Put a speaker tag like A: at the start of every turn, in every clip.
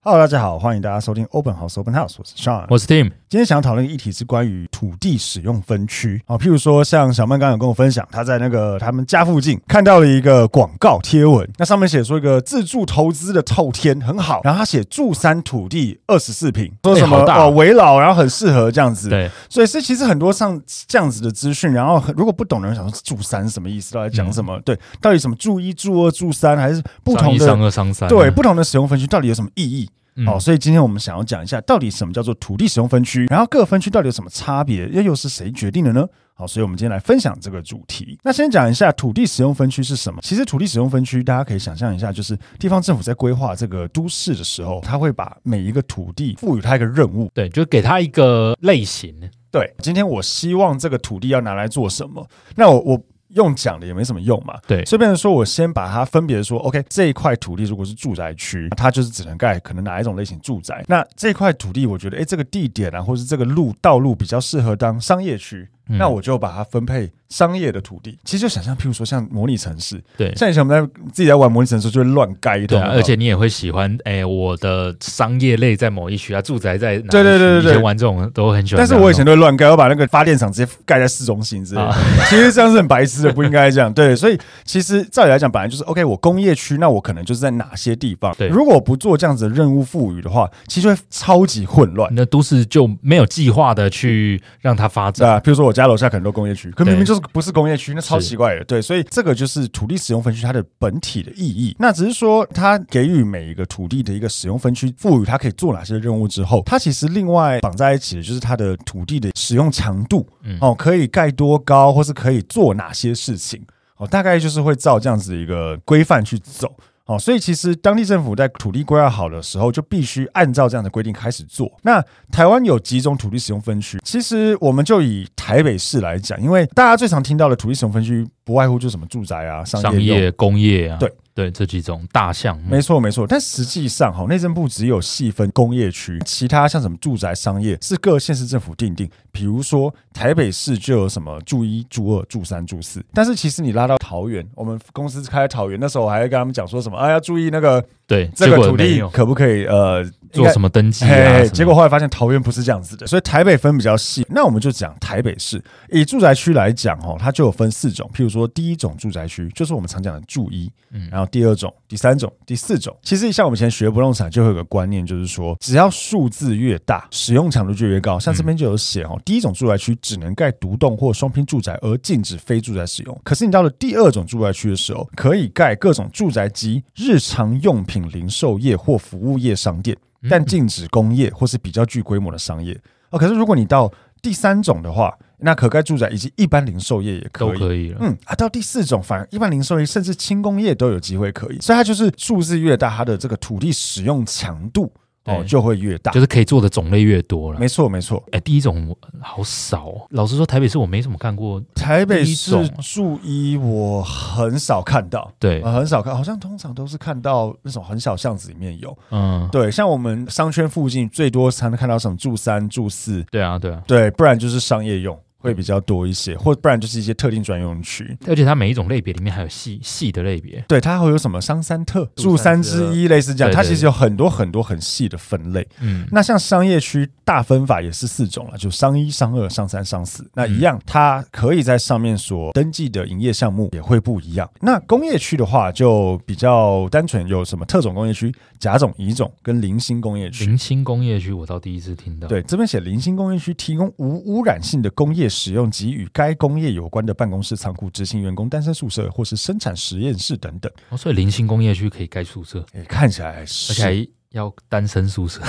A: Hello，大家好，欢迎大家收听欧本豪斯 Open House，我是 Sean，
B: 我是 Tim，
A: 今天想要讨论的议题是关于土地使用分区啊，譬如说像小曼刚刚有跟我分享，她在那个他们家附近看到了一个广告贴文，那上面写说一个自住投资的透天很好，然后他写住山土地二十四平，说什么、
B: 哎好大
A: 哦围老，然后很适合这样子，
B: 对，
A: 所以是其实很多像这样子的资讯，然后很如果不懂的人想说住山是什么意思，到底讲什么？对，到底什么住一、住二、住三，还是不同
B: 嗯商一、
A: 的
B: 商二、商三，
A: 对，不同的使用分区到底有什么意义？
B: 嗯
A: 哦，所以今天我们想要讲一下，到底什么叫做土地使用分区，然后各分区到底有什么差别，又又是谁决定的呢？好，所以我们今天来分享这个主题。那先讲一下土地使用分区是什么。其实土地使用分区，大家可以想象一下，就是地方政府在规划这个都市的时候，他会把每一个土地赋予它一个任务。
B: 对，就给他一个类型，
A: 对，今天我希望这个土地要拿来做什么？那我我用讲的也没什么用嘛。
B: 对
A: 所以变成说我先把它分别说，OK，这一块土地如果是住宅区，它就是只能盖可能哪一种类型住宅。那这块土地，我觉得，诶，这个地点啊，或是这个路道路比较适合当商业区。
B: 嗯
A: 那我就把它分配商业的土地，其实就想象，譬如说像模拟城市，
B: 对
A: 像以前我们在自己在玩模拟城市，就会乱盖一
B: 对
A: 通，
B: 啊，而且你也会喜欢，哎，我的商业类在某一区啊，住宅在哪一区
A: 对对对对对
B: 以前玩这种都很喜
A: 但
B: 欢这
A: 是
B: 样弄，哦
A: 我以前都会乱盖，我把那个发电厂直接盖在市中心之类的。
B: 啊
A: 其实这样是很白痴的，不应该这样。对，所以其实照理来讲，本来就是 OK，我工业区，那我可能就是在哪些地方。
B: 对
A: 如果不做这样子的任务赋予的话，其实会超级混乱。
B: 那都市就没有计划的去让它发展，
A: 啊，譬如说我家楼下可能都工业区，可
B: 对
A: 明明就是不是工业区，那超奇怪的。对，所以这个就是土地使用分区它的本体的意义。那只是说它给予每一个土地的一个使用分区，赋予它可以做哪些任务之后，它其实另外绑在一起的就是它的土地的使用强度，
B: 嗯
A: 哦，可以盖多高，或是可以做哪些事情。哦，大概就是会照这样子的一个规范去走。哦，所以其实当地政府在土地规划好的时候，就必须按照这样的规定开始做。那台湾有几种土地使用分区？其实我们就以台北市来讲，因为大家最常听到的土地使用分区，不外乎就是什么住宅啊、商
B: 商
A: 业用。
B: 业、工业啊，
A: 对
B: 对，这几种大项目
A: 没，错，没错。但实际上，哈，内政部只有细分工业区，其他像什么住宅、商业是各县市政府定定。比如说台北市就有什么住一、住二、住三、住四，但是其实你拉到桃园，我们公司开在桃园，那时候我还会跟他们讲说什么，哎、要注意那个
B: 对，
A: 这
B: 结
A: 个
B: 果
A: 土
B: 没
A: 地
B: 有
A: 可不可以呃
B: 做什么登记
A: 嘿
B: 啊
A: 嘿，
B: 什么
A: 结果后来发现桃园不是这样子的，所以台北分比较细。那我们就讲台北市，以住宅区来讲，哦，它就有分四种。譬如说，第一种住宅区就是我们常讲的住一，
B: 嗯
A: 然后第二种、第三种、第四种。其实像我们以前学不动产，就会有个观念，就是说，只要数字越大，使用强度就越高。像
B: 嗯
A: 这边就有写哦，第一种住宅区只能盖独栋或双拼住宅，而禁止非住宅使用。可是你到了第二种住宅区的时候，可以盖各种住宅及日常用品零售业或服务业商店。
B: 嗯
A: 但禁止工业或是比较具规模的商业。哦，可是如果你到第三种的话，那可盖住宅以及一般零售业也可
B: 都
A: 以。
B: 可以了，
A: 嗯啊，到第四种，反而一般零售业甚至轻工业都有机会可以，所以它就是数字越大，它的这个土地使用强度哦
B: 对
A: 就会越大。
B: 就是可以做的种类越多了。
A: 没错，没错。
B: 哎，第一种我好少哦，老实说，台北市我没怎么看过，
A: 台北
B: 第一
A: 市
B: 种
A: 住一我很少看到，
B: 对
A: 呃，很少看，好像通常都是看到那种很小巷子里面有。
B: 嗯，
A: 对，像我们商圈附近最多常看到什么住三、住四，
B: 对啊，对啊，
A: 对，不然就是商业用会比较多一些，或不然就是一些特定专用区。
B: 而且它每一种类别里面还有细细的类别，
A: 对，它会有什么商三特、住
B: 住
A: 三
B: 三
A: 之一，类似这样，
B: 对
A: 它
B: 对
A: 其实有很多很多很细的分类。
B: 嗯，
A: 那像商业区大分法也是四种了，就商一、商二、商三、商四。那一样，它可以在上面所登记的营业项目也会不一样。那工业区的话，就比较单纯，有什么特种工业区、甲种、乙种跟零星工业区。
B: 零星工业区我倒第一次听到，
A: 对，这边写零星工业区提供无污染性的工业使用及与该工业有关的办公室、仓库、执行员工单身宿舍或是生产实验室等等。
B: 哦，所以零星工业区可以盖宿舍，
A: 哎、看起来
B: 而
A: 是
B: 且还要单身宿舍。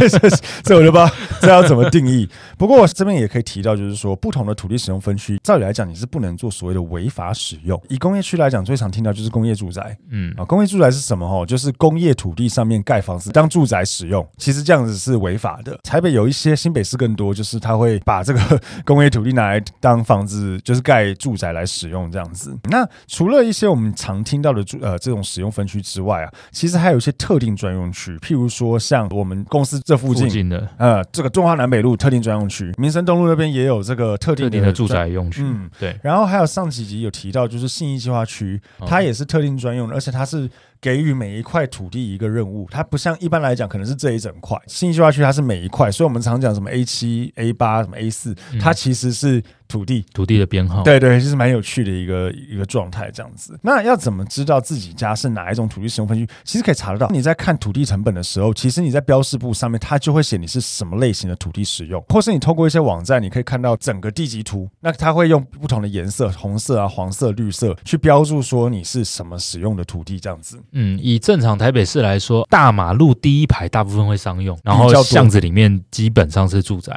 A: 这我就不知道这要怎么定义。不过这边也可以提到，就是说不同的土地使用分区，照理来讲你是不能做所谓的违法使用。以工业区来讲，最常听到就是工业住宅
B: 嗯，
A: 啊，工业住宅是什么？哦，就是工业土地上面盖房子当住宅使用，其实这样子是违法的。台北有一些，新北市更多，就是他会把这个 工业土地拿来当房子，就是盖住宅来使用这样子。那除了一些我们常听到的住呃这种使用分区之外啊，其实还有一些特定专用区，譬如说像我们公司这附
B: 附
A: 近
B: 近的
A: 呃，这个中华南北路特定专用区，民生东路那边也有这个特定
B: 特定的住宅用
A: 专。
B: 区。
A: 嗯，
B: 对，
A: 然后还有上几集有提到，就是信义计划区，它也是特定专用的，而且它是给予每一块土地一个任务，它不像一般来讲可能是这一整块，信义计划区它是每一块，所以我们常讲什么 A 七、A 八、什么 A 四，它其实是土地。
B: 土地的编号。
A: 对对，就是蛮有趣的一个一个状态这样子。那要怎么知道自己家是哪一种土地使用分区？其实可以查得到。你在看土地成本的时候，其实你在标示部上面，它就会写你是什么类型的土地使用，或是你透过一些网站，你可以看到整个地籍图，那它会用不同的颜色，红色啊、黄色、绿色，去标注说你是什么使用的土地这样子。
B: 嗯，以正常台北市来说，大马路第一排大部分会商用，然后
A: 比较多
B: 巷子里面基本上是住宅，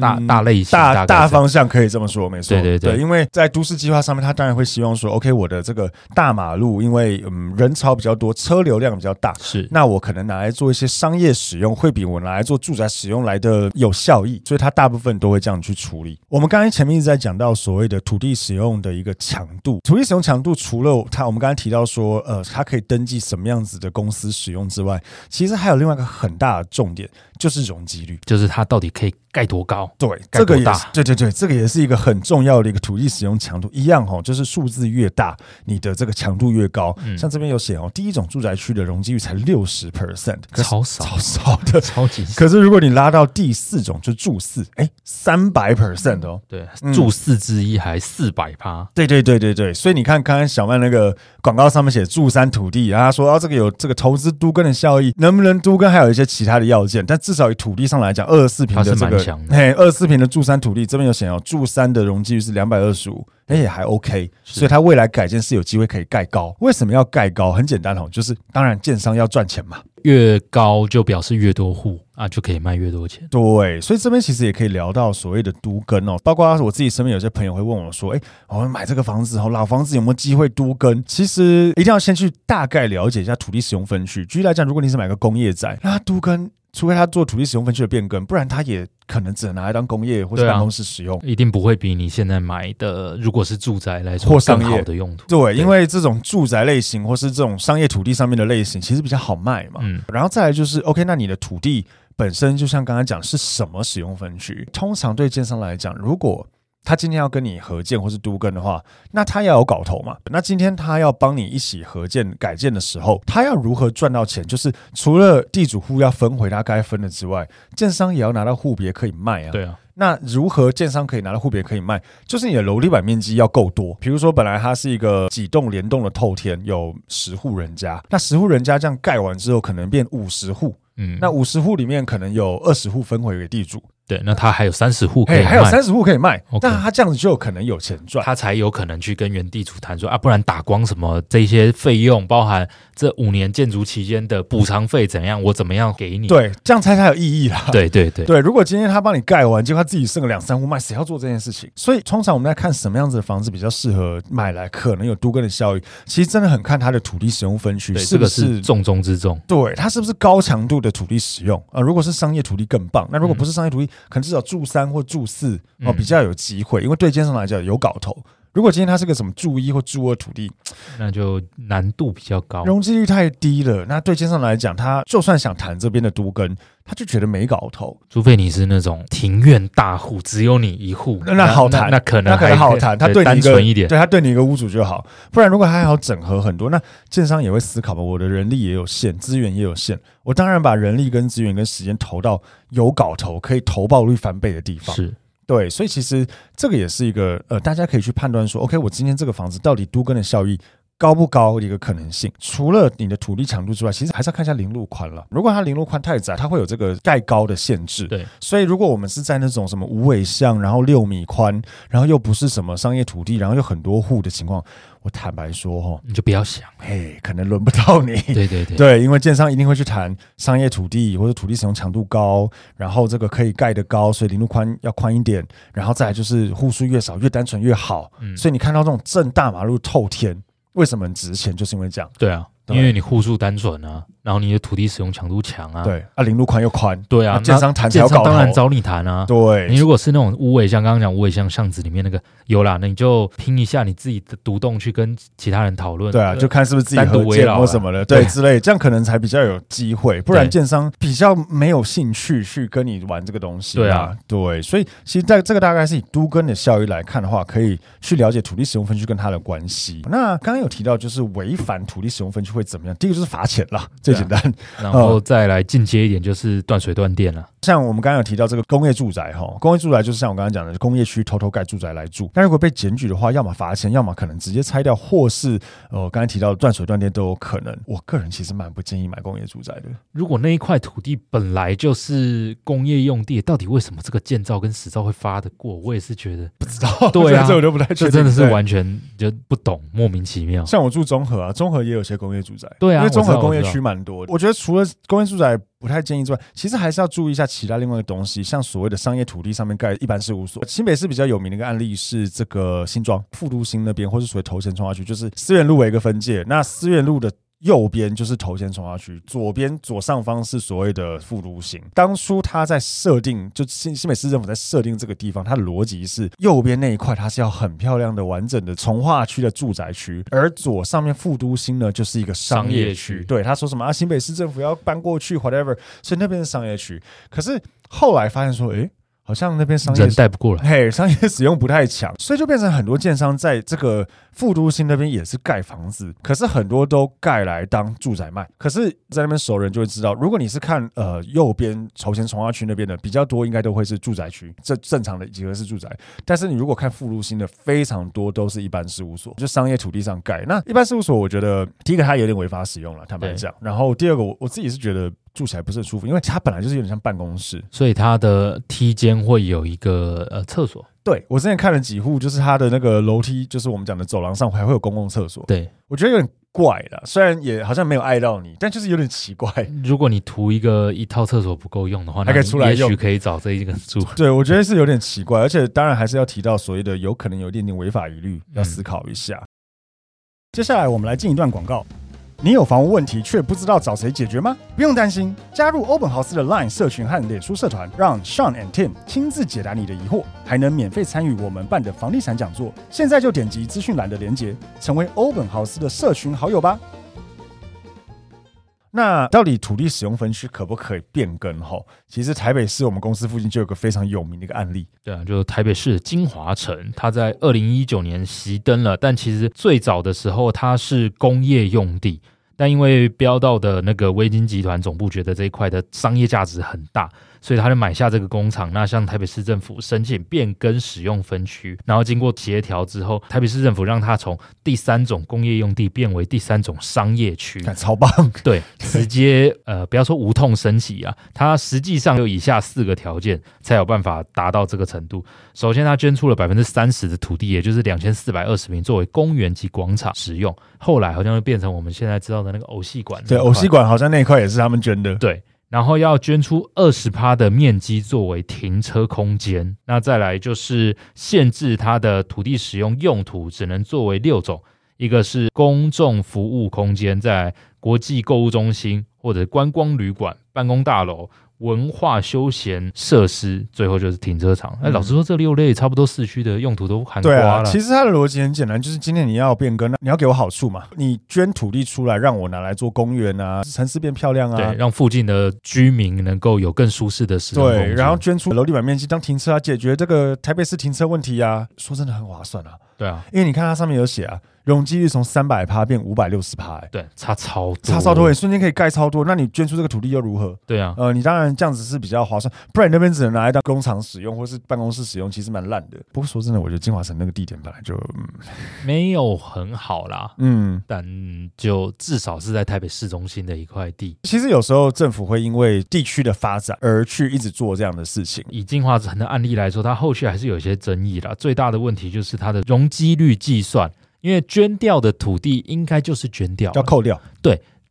B: 大
A: 嗯
B: 大类型概
A: 大
B: 是
A: 大方向可以这么说，没错，
B: 对对对
A: 因为在都市计划上面，他当然会希望说，OK，我的这个大马路，因为嗯人潮比较多，车流量比较大，
B: 是
A: 那我可能拿来做一些商业使用，会比我拿来做住宅使用来的有效益，所以它大部分都会这样去处理。我们刚才前面一直在讲到所谓的土地使用的一个强度，土地使用强度除了它我们刚才提到说，呃，它可以登记什么样子的公司使用之外，其实还有另外一个很大的重点，就是容积率。
B: 就是它到底可以盖多高？
A: 对，
B: 盖
A: 这个
B: 多
A: 也
B: 大
A: 是对对对，这个也是一个很重要的一个土地使用强度。一样哦，就是数字越大，你的这个强度越高。
B: 嗯
A: 像这边有写哦，第一种住宅区的容积率才六十 percent，
B: 超少
A: 超少的。
B: 超级
A: 可是如果你拉到第四种，就住四，哎，三百 percent 哦。
B: 对，住四之一还四百趴，
A: 对对对对对，所以你看，刚刚小曼那个广告上面写住三土地，然后他说哦，这个有这个投资都跟的效益，能不能都跟还有一些其他的要件，但至少以土地上来讲，二十四平的
B: 它是
A: 这
B: 蛮
A: 个
B: 强，的
A: 嘿，二十四平的住三土地这边有写哦，住三的容积率是两百二十五，哎也还 OK，所以它未来改建是有机会可以盖高。为什么要盖高？很简单哦，就是当然建商要赚钱嘛，
B: 越高就表示越多户啊，就可以卖越多钱。
A: 对，所以这边其实也可以聊到所谓的都根哦，包括我自己身边有些朋友会问我说：“哎、我们买这个房子哦，老房子有没有机会都根？”其实一定要先去大概了解一下土地使用分区。举例来讲，如果你是买个工业宅，那它都根，除非他做土地使用分区的变更，不然他也可能只能拿来当工业或是
B: 对啊
A: 办公室使用。
B: 一定不会比你现在买的，如果是住宅来说，
A: 或商业
B: 更好的用途。
A: 对，因为这种住宅类型或是这种商业土地上面的类型，其实比较好卖嘛。
B: 嗯
A: 然后再来就是，OK，那你的土地本身就像刚才讲是什么使用分区？通常对建商来讲，如果他今天要跟你合建或是都更的话，那他要有搞头嘛。那今天他要帮你一起合建改建的时候，他要如何赚到钱？就是除了地主户要分回他该分的之外，建商也要拿到户别可以卖啊。
B: 对啊，
A: 那如何建商可以拿到户别可以卖？就是你的楼地板面积要够多。比如说，本来它是一个几栋联动的透天，有十户人家，那十户人家这样盖完之后，可能变五十户。
B: 嗯，
A: 那五十户里面可能有二十户分回给地主，
B: 对，那它还有三十户可
A: 哎，
B: 以
A: 还有
B: 卖
A: 三十户可以卖。
B: OK
A: 那他这样子就有可能有钱赚。
B: 他才有可能去跟原地主谈说啊，不然打光什么这些费用，包含这五年建筑期间的补偿费怎样，我怎么样给你？
A: 对，这样才才有意义啦。
B: 对对对，
A: 对，如果今天他帮你盖完，结果他自己剩个两三户卖，谁要做这件事情？所以通常我们在看什么样子的房子比较适合买来，可能有都跟的效益。其实真的很看它的土地使用分区
B: 对
A: 是
B: 这
A: 不
B: 个
A: 是
B: 是重中之重。
A: 对，它是不是高强度的土地使用啊、呃如果是商业土地更棒，那如果不是商业土地，可能至少住三或住四哦、比较有机会，因为对建商来讲有搞头。如果今天它是个什么住一或住二土地，
B: 那就难度比较高。
A: 容积率太低了，那对建商来讲，他就算想谈这边的都跟，他就觉得没搞头。
B: 除非你是那种庭院大户，只有你一户，
A: 那那好谈，
B: 那可能
A: 那可
B: 还
A: 能好谈，他
B: 对
A: 对你
B: 单
A: 一个
B: 纯一点。
A: 对他对你一个屋主就好。不然如果他还要整合很多，那建商也会思考嘛，我的人力也有限，资源也有限，我当然把人力跟资源跟时间投到有搞头、可以投报率翻倍的地方。
B: 是，
A: 对，所以其实这个也是一个呃，大家可以去判断说，OK，我今天这个房子到底都跟的效益高不高的一个可能性。除了你的土地长度之外，其实还是要看一下林路宽了。如果它林路宽太窄，它会有这个盖高的限制。
B: 对，
A: 所以如果我们是在那种什么无尾巷，然后六米宽，然后又不是什么商业土地，然后又很多户的情况，我坦白说哈、哦，
B: 你就不要想。
A: 嘿，可能轮不到你。
B: 对对对，
A: 对，因为建商一定会去谈商业土地或者土地使用强度高，然后这个可以盖得高，所以林路宽要宽一点，然后再来就是户数越少越单纯越好。
B: 嗯
A: 所以你看到这种正大马路透天，为什么很值钱？就是因为这样。
B: 对啊，
A: 对
B: 因为你户数单纯啊，然后你的土地使用强度强啊，
A: 对啊，林路宽又宽，
B: 对啊，
A: 那建商谈才
B: 建
A: 要搞
B: 商
A: 头
B: 当然找你谈啊。你
A: 对，
B: 如果是那种无尾巷，刚刚讲无尾巷巷子里面那个有啦，那你就拼一下你自己的独栋去跟其他人讨论。
A: 对啊，就看是不是自己
B: 单独
A: 合
B: 围
A: 建
B: 绕啊
A: 或
B: 啦
A: 什么的，对
B: 对
A: 之类，这样可能才比较有机会，不然
B: 对
A: 建商比较没有兴趣去跟你玩这个东西。
B: 对啊，
A: 对，所以其实在这个大概是以都跟的效益来看的话，可以去了解土地使用分区跟它的关系。那刚刚有提到就是违反土地使用分区会怎么样？第一个就是罚钱啦，最
B: 对啊
A: 简单。
B: 然后再来进阶一点，就是断水断电了。
A: 像我们刚刚有提到这个工业住宅哈，工业住宅就是像我刚刚讲的工业区偷偷盖住宅来住，但如果被检举的话，要么罚钱，要么可能直接拆掉，或是呃刚才提到的断水断电都有可能。我个人其实蛮不建议买工业住宅的，
B: 如果那一块土地本来就是工业用地，到底为什么这个建造跟实造会发得过？我也是觉得
A: 不知道，
B: 对 啊
A: 这我就不太确
B: 这
A: 定。
B: 真的是
A: 对
B: 完全就不懂，莫名其妙。
A: 像我住中和啊，中和也有些工业住宅，
B: 对啊
A: 因为中
B: 我
A: 和
B: 知道
A: 工业区蛮多的。我觉得除了工业住宅不太建议之外，其实还是要注意一下其他另外一个东西，像所谓的商业土地上面盖一般事务所。新北市比较有名的一个案例是这个新庄复都新那边，或是所谓头前创化区，就是思源路为一个分界，那思源路的。右边就是头前从化区，啊左边左上方是所谓的复都型。当初他在设定，就新新北市政府在设定这个地方，它的逻辑是右边那一块它是要很漂亮的、完整的从化区的住宅区，而左上面复都新呢就是一个商业
B: 商业
A: 区
B: 区。
A: 对，他说什么啊？新北市政府要搬过去，whatever，所以那边是商业区。可是后来发现说，诶，好像那边商业
B: 人带不过来，
A: 嘿，商业使用不太强，所以就变成很多建商在这个副都新那边也是盖房子，可是很多都盖来当住宅卖。可是，在那边熟人就会知道，如果你是看呃右边筹钱从化区那边的比较多，应该都会是住宅区，这正常的几个是住宅。但是你如果看副都新的，非常多都是一般事务所，就商业土地上盖。那一般事务所，我觉得第一个它有点违法使用了，坦白
B: 对
A: 讲。然后第二个，我我自己是觉得住起来不是很舒服，因为它本来就是有点像办公室，
B: 所以它的梯间会有一个呃厕所。
A: 对我之前看了几户，就是它的那个楼梯，就是我们讲的走廊上还会有公共厕所，
B: 对，
A: 我觉得有点怪了。虽然也好像没有碍到你，但就是有点奇怪。
B: 如果你图一个一套厕所不够用的话，
A: 还
B: 那
A: 可以
B: 你
A: 出来
B: 也许
A: 用
B: 可以找这一个住。
A: 对，我觉得是有点奇怪，而且当然还是要提到所谓的有可能有一点点违法疑虑，要思考一下。接下来我们来进一段广告。你有房屋问题却不知道找谁解决吗？不用担心，加入欧本豪斯的 LINE 社群和脸书社团，让 Sean and Tim 亲自解答你的疑惑，还能免费参与我们办的房地产讲座。现在就点击资讯栏的连结，成为欧本豪斯的社群好友吧。那到底土地使用分区可不可以变更？吼，其实台北市我们公司附近就有个非常有名的一个案例，
B: 对啊，就是台北市的金华城，它在二零一九年熄灯了，但其实最早的时候它是工业用地，但因为标到的那个微金集团总部觉得这一块的商业价值很大，所以他就买下这个工厂。那向台北市政府申请变更使用分区，然后经过协调之后，台北市政府让它从第三种工业用地变为第三种商业区。
A: 看超棒，
B: 对，直接呃，不要说无痛升级啊，它实际上有以下四个条件才有办法达到这个程度。首先，它捐出了百分之三十的土地，也就是两千四百二十平，作为公园及广场使用。后来好像就变成我们现在知道的那个偶戏馆那一块。
A: 对，偶戏馆好像那一块也是他们捐的，
B: 对，然后要捐出二十趴的面积作为停车空间。那再来就是限制它的土地使用用途，只能作为六种，一个是公众服务空间，在国际购物中心或者观光旅馆、办公大楼。文化休闲设施，最后就是停车场。哎、老实说，这六类差不多市区的用途都涵
A: 嗯对
B: 盖
A: 啊，
B: 了。
A: 其实它的逻辑很简单，就是今天你要变更，那你要给我好处嘛，你捐土地出来让我拿来做公园啊，城市变漂亮啊
B: 对，。让附近的居民能够有更舒适的使用空
A: 对，
B: 间。
A: 然后捐出楼地板面积当停车啊，解决这个台北市停车问题啊，说真的很划算啊。
B: 对啊，
A: 因为你看它上面有写啊，容积率从三百趴变五百六十趴，欸
B: 对，差超多，
A: 欸差超多，你瞬间可以盖超多。那你捐出这个土地又如何？
B: 对啊，
A: 呃，你当然然这样子是比较划算，不然那边只能拿来当工厂使用或是办公室使用，其实蛮烂的。不过说真的，我觉得金华城那个地点本来就嗯
B: 没有很好啦，
A: 嗯，
B: 但就至少是在台北市中心的一块地。
A: 其实有时候政府会因为地区的发展而去一直做这样的事情。
B: 以进化城的案例来说，它后续还是有一些争议啦。最大的问题就是它的容积率计算，因为捐掉的土地应该就是捐掉了，
A: 要扣掉，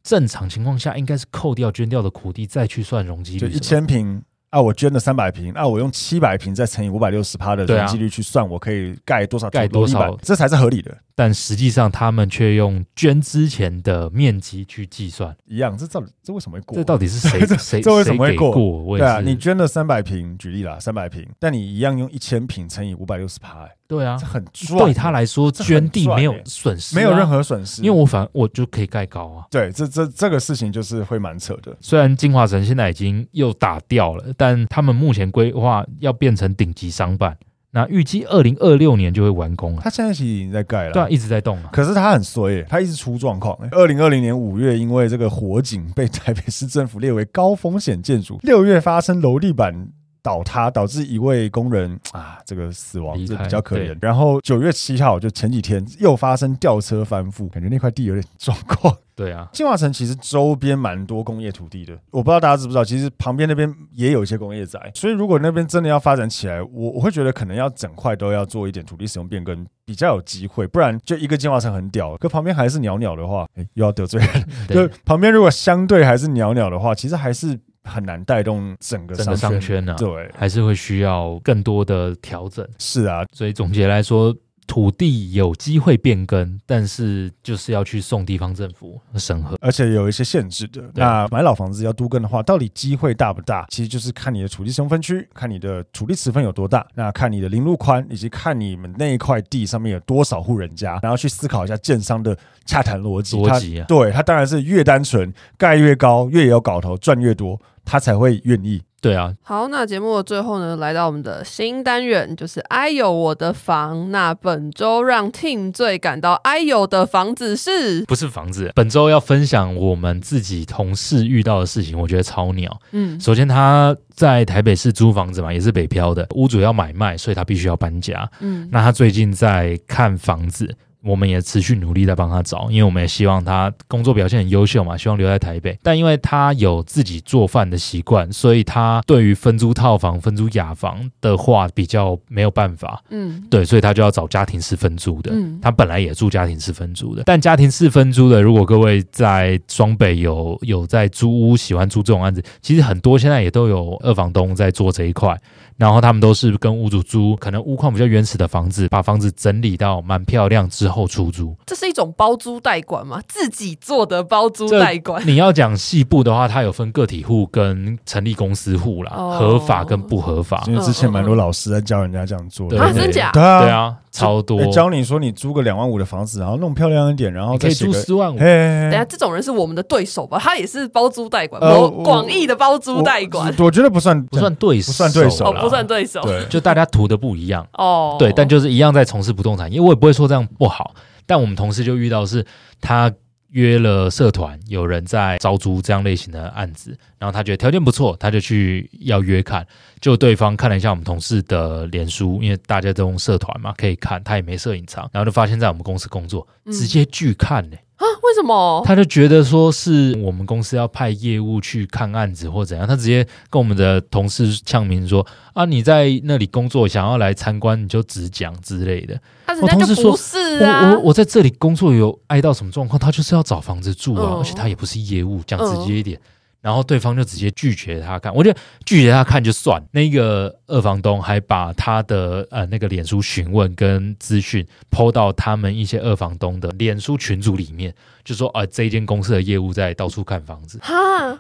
B: 正常情况下应该是扣掉捐掉的土地再去算容积
A: 就
B: 率，
A: 一千平啊，我捐了三百平，啊，我用七百平再乘以五百六十趴的
B: 对啊
A: 容积率去算，我可以盖多少
B: 盖
A: 多
B: 多少
A: 这才是合理的。
B: 但实际上他们却用捐之前的面积去计算，
A: 一样，这到底这为什么会过？
B: 这到底是谁谁
A: 这为什么会
B: 谁给过？
A: 过
B: 我也
A: 对
B: 是，
A: 啊，你捐了三百平，举例啦，三百平，但你一样用一千平乘以五百六十趴，欸
B: 对啊
A: 这，很赚，
B: 对他来说
A: 这很
B: 捐地
A: 赚
B: 没有
A: 欸
B: 损失、啊
A: 没有任，何损失，
B: 因为我反我就可以盖高啊。
A: 对这这这个事情就是会蛮扯的。
B: 虽然金华城现在已经又打掉了，但他们目前规划要变成顶级商办，那预计二零二六年就会完工了。
A: 他现在其实已经在盖了，
B: 对啊，一直在动啊。
A: 可是他很衰、欸，他一直出状况、欸。二零二零年五月，因为这个火警被台北市政府列为高风险建筑，六月发生楼地板。倒塌导致一位工人啊，这个死亡
B: 离
A: 这
B: 开
A: 比较可怜
B: 对。
A: 然后九月七号，就前几天又发生吊车翻覆，感觉那块地有点状况。
B: 对啊，
A: 金华城其实周边蛮多工业土地的，我不知道大家知不知道，其实旁边那边也有一些工业宅，所以如果那边真的要发展起来，我我会觉得可能要整块都要做一点土地使用变更，比较有机会，不然就一个金华城很屌，可旁边还是鸟鸟的话，诶又要得罪人。就
B: 对，
A: 旁边如果相对还是鸟鸟的话，其实还是很难带动整个
B: 整个商圈啊，
A: 对，
B: 还是会需要更多的调整。
A: 是啊，
B: 所以总结来说，土地有机会变更，但是就是要去送地方政府审核。
A: 而且有一些限制的。那买老房子要都更的话，到底机会大不大？其实就是看你的土地使用分区，看你的土地持分有多大，那看你的林路宽，以及看你们那一块地上面有多少户人家，然后去思考一下建商的洽谈逻辑。
B: 逻辑啊
A: 它对它当然是越单纯，盖越高，越有搞头，赚越多，他才会愿意。
B: 对啊，
C: 好，那节目的最后呢，来到我们的新单元，就是“哎呦我的房”。那本周让 Team 最感到哎呦的房子是，
B: 不是房子。本周要分享我们自己同事遇到的事情，我觉得超鸟。
C: 嗯，
B: 首先，他在台北市租房子嘛，也是北漂的，屋主要买卖，所以他必须要搬家。
C: 嗯，
B: 那他最近在看房子，我们也持续努力在帮他找，因为我们也希望他工作表现很优秀嘛，希望留在台北。但因为他有自己做饭的习惯，所以他对于分租套房、分租雅房的话比较没有办法。
C: 嗯，
B: 对，所以他就要找家庭式分租的。
C: 嗯
B: 他本来也住家庭式分租的，但家庭式分租的，如果各位在双北有有在租屋喜欢租这种案子，其实很多现在也都有二房东在做这一块，然后他们都是跟屋主租，可能屋况比较原始的房子，把房子整理到蛮漂亮之后出租。
C: 这是一种包租代管嘛，自己做的包租代管。
B: 你要讲细部的话，它有分个体户跟成立公司户啦，
C: 哦
B: 合法跟不合法。
A: 因为之前蛮多老师在教人家这样做的，
B: 啊对
C: 啊，真假？
A: 对啊，
B: 对啊，超多，
A: 诶教你说你租个两万五的房子，然后弄漂亮一点，然后
B: 你可
A: 再
B: 以
A: 写
B: 租
A: 个。哎
B: 四万五
A: 嘿。嘿嘿
C: 等一下，这种人是我们的对手吧？他也是包租代管，
A: 呃
C: 某
A: 我
C: 广义的包租代管，
A: 我，我觉得不算
B: 不算对手，
A: 不算对手
C: 哦，
B: 啦
C: 不算对手，
A: 对，
B: 就大家图的不一样，
C: 哦，
B: 对，但就是一样在从事不动产业，我也不会说这样不好。但我们同事就遇到是，他约了社团，有人在招租这样类型的案子，然后他觉得条件不错，他就去要约看，就对方看了一下我们同事的脸书，因为大家都用社团嘛，可以看，他也没摄影场，然后就发现在我们公司工作，直接拒看呢、
C: 啊，为什么？
B: 他就觉得说是我们公司要派业务去看案子或怎样，他直接跟我们的同事呛明说啊，你在那里工作，想要来参观你就只讲之类的。
C: 他人
B: 我
C: 家
B: 同事
C: 就
B: 说
C: 不是
B: 我
C: 啊
B: 我，我在这里工作有挨到什么状况，他就是要找房子住啊，
C: 嗯
B: 而且他也不是业务，讲
C: 嗯
B: 直接一点。然后对方就直接拒绝他看，我觉得拒绝他看就算。那个二房东还把他的呃那个脸书询问跟资讯抛到他们一些二房东的脸书群组里面，就说啊、呃、这一间公司的业务在到处看房子，
C: 哈，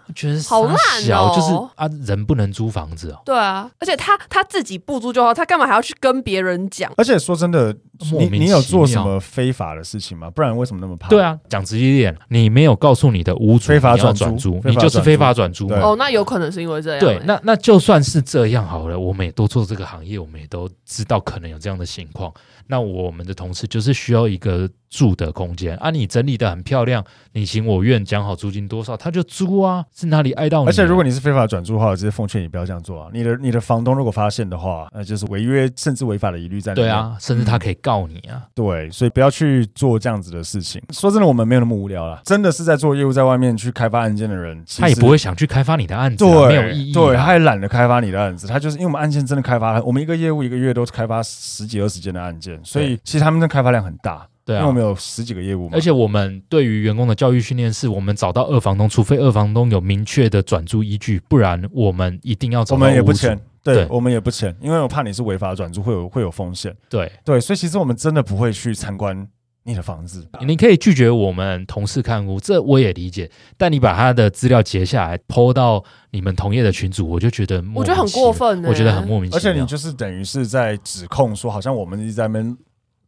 B: 我觉得
C: 好烂
B: 傻小
C: 哦
B: 就是啊人不能租房子哦。
C: 对啊，而且他他自己不租就好，他干嘛还要去跟别人讲？
A: 而且说真的，
B: 莫
A: 你
B: 名
A: 你有
B: 其
A: 做什
B: 妙
A: 么非法的事情吗？不然为什么那么怕？
B: 对，啊，讲直接一点，你没有告诉你的屋主
A: 非法
B: 你要
A: 转
B: 转
A: 租
B: 租，
A: 非
B: 你
A: 法
B: 就是
A: 转租
B: 非法转租
A: 对
B: 嘛。
C: 哦，那有可能是因为这样欸。
B: 对，那那就算是这样好了，我们也都做这个行业，我们也都知道可能有这样的情况。那我们的同事就是需要一个住的空间啊，你整理的很漂亮，你情我愿，讲好租金多少，他就租啊，是哪里碍到你了？
A: 而且如果你是非法转租的话，我直接奉劝你不要这样做啊！你的你的房东如果发现的 话，呃，就是违约甚至违法的疑虑在里面。
B: 对，啊，甚至他可以告你啊，
A: 对，所以不要去做这样子的事情。说真的，我们没有那么无聊啦，真的是在做业务，在外面去开发案件的人，其实
B: 他也不会想去开发你的案子、啊，没有
A: 对
B: 意义、啊。
A: 对，他也懒得开发你的案子，他就是因为我们案件真的开发了，我们一个业务一个月都开发十几二十件的案件，所以其实他们的开发量很大，
B: 对
A: 因为我
B: 啊
A: 们。有十几个业务嘛，
B: 而且我们对于员工的教育训练是，我们找到二房东，除非二房东有明确的转租依据，不然我们一定要找
A: 我
B: 到
A: 们也不
B: 屋主
A: 签。对
B: 对
A: 我们也不签，因为我怕你是违法转租，会有会有风险。
B: 对，
A: 对，所以其实我们真的不会去参观你的房子。
B: 你可以拒绝我们同事看屋，这我也理解。但你把他的资料截下来，PO 到你们同业的群组，我就觉得莫
C: 我觉得很
B: 名其妙
C: 过分欸
B: 我觉得很莫名其
A: 而
B: 妙。
A: 且你就是等于是在指控说，好像我们一直在那边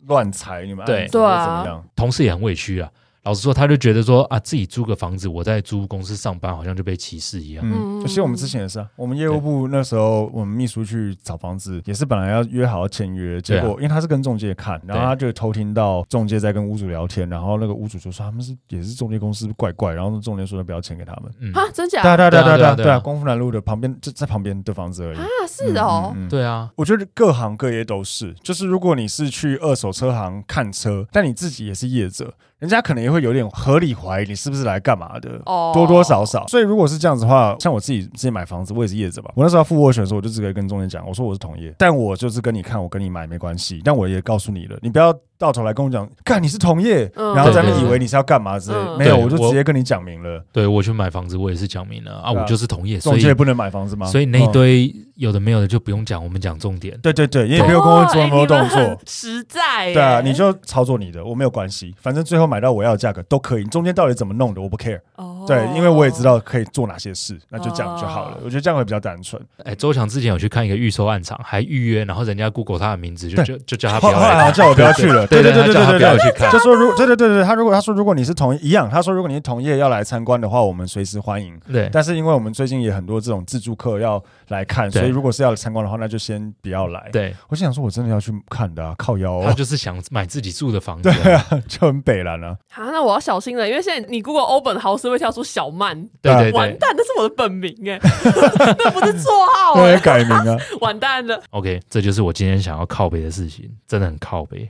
A: 乱裁你们案
B: 对
A: 子或
C: 对
A: 者
C: 啊
A: 怎么样？
B: 同事也很委屈啊。老实说，他就觉得说啊，自己租个房子，我在租公司上班，好像就被歧视一样。
A: 嗯，
C: 嗯
A: 其实我们之前也是啊，我们业务部那时候我们秘书去找房子，也是本来要约好要签约，
B: 对
A: 结
B: 啊
A: 果因为他是跟中介看，然后
B: 对
A: 他就偷听到中介在跟屋主聊天，然后那个屋主就说他们是也是中介公司怪怪，然后中介说不要签给他们。
B: 嗯，
C: 啊，真假
A: 对啊对啊对啊
B: 对
A: 对
B: 啊
A: 啊
B: 对啊
A: 对啊，光复南路的旁边就在旁边的房子而已。
C: 啊，是哦
A: 嗯，嗯嗯
B: 对啊，
A: 我觉得各行各业都是，就是如果你是去二手车行看车，但你自己也是业者，人家可能也会有点合理怀疑你是不是来干嘛的，
C: 哦
A: 多多少少。所以如果是这样子的话，像我自己自己买房子，我也是业者嘛。我那时候要付斡旋的时候，我就直接跟中介讲，我说我是同业，但我就是跟你看，我跟你买没关系，但我也告诉你了，你不要到头来跟我讲，干你是同业，
C: 嗯
A: 然后咱们
B: 对对
A: 以为你是要干嘛之类的，
C: 嗯
A: 没有，
B: 对
A: 我就
B: 我
A: 直接跟你讲明了，
B: 对我去买房子，我也是讲明了啊，
A: 对啊
B: 我就是同业，所
A: 中
B: 以
A: 介不能买房子吗？
B: 所以那一
A: 嗯
B: 堆有的没有的就不用讲，我们讲重点。
A: 对对对，你也不用跟我做
C: 哎
A: 那么多动
C: 你
A: 作
C: 们很。实在耶。欸
A: 对啊，你就操作你的，我没有关系，反正最后买到我要的价格都可以。你中间到底怎么弄的，我不 care。
C: 哦
A: 对，因为我也知道可以做哪些事，那就这样就好了
C: 哦。
A: 我觉得这样会比较单纯。
B: 哎，周强之前有去看一个预售案场，还预约，然后人家 Google 他的名字，就
A: 对
B: 就就叫他不
A: 后
B: 要
A: 后来好像
B: 来
A: 哦叫我不要去了。
B: 对
A: 对
B: 对
A: 对
B: 对
A: 对
B: 他叫他
A: 对
B: 不要去
A: 对。
B: 看
A: 就说如对对对对，他如果他说如果你是同一样，他说如果你是同业要来参观的话，我们随时欢迎。
B: 对
A: 但是因为我们最近也很多这种自助客要来看，
B: 对
A: 所以如果是要来参观的话，那就先不要来。，
B: 对，
A: 我心想说，我真的要去看的、啊，靠腰、
B: 他
A: 哦、
B: 就是想买自己住的房子啊。
A: 就很北蓝啊。
C: 啊，那我要小心了，因为现在你 Google Open House 会跳出小曼，
B: 对对
C: 完
B: 对
C: 蛋，那是我的本名哎， 那不是绰号
A: 我也
C: 哎，
A: 改名啊。
C: 完蛋了。
B: ，OK，这就是我今天想要靠北的事情，真的很靠北。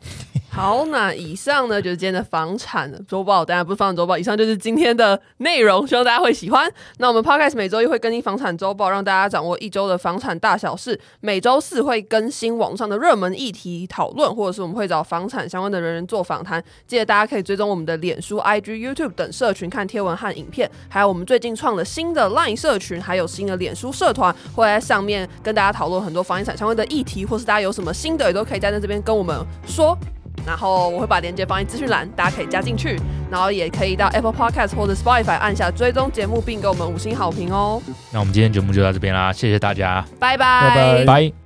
C: 好，那以上呢就是今天的房产周报，当然不是房产周报，以上就是今天的内容，希望大家会喜欢。那我们 Podcast 每周一会更新房产周报，让大家掌握一周的房产大小事；每周四会更新网上的热门议题讨论，或者是我们会找房产相关的人人做访谈。记得大家可以追踪我们的脸书、IG、YouTube 等社群，看贴文和影片，还有我们最近创了新的 LINE 社群，还有新的脸书社团，会在上面跟大家讨论很多房地产相关的议题，或是大家有什么新的，也都可以在这边跟我们说。然后我会把链接放在资讯栏，大家可以加进去，然后也可以到 Apple Podcast 或者 Spotify 按下追踪节目，并给我们五星好评哦。
B: 那我们今天节目就到这边啦，谢谢大家，
C: 拜
A: 拜拜
B: 拜。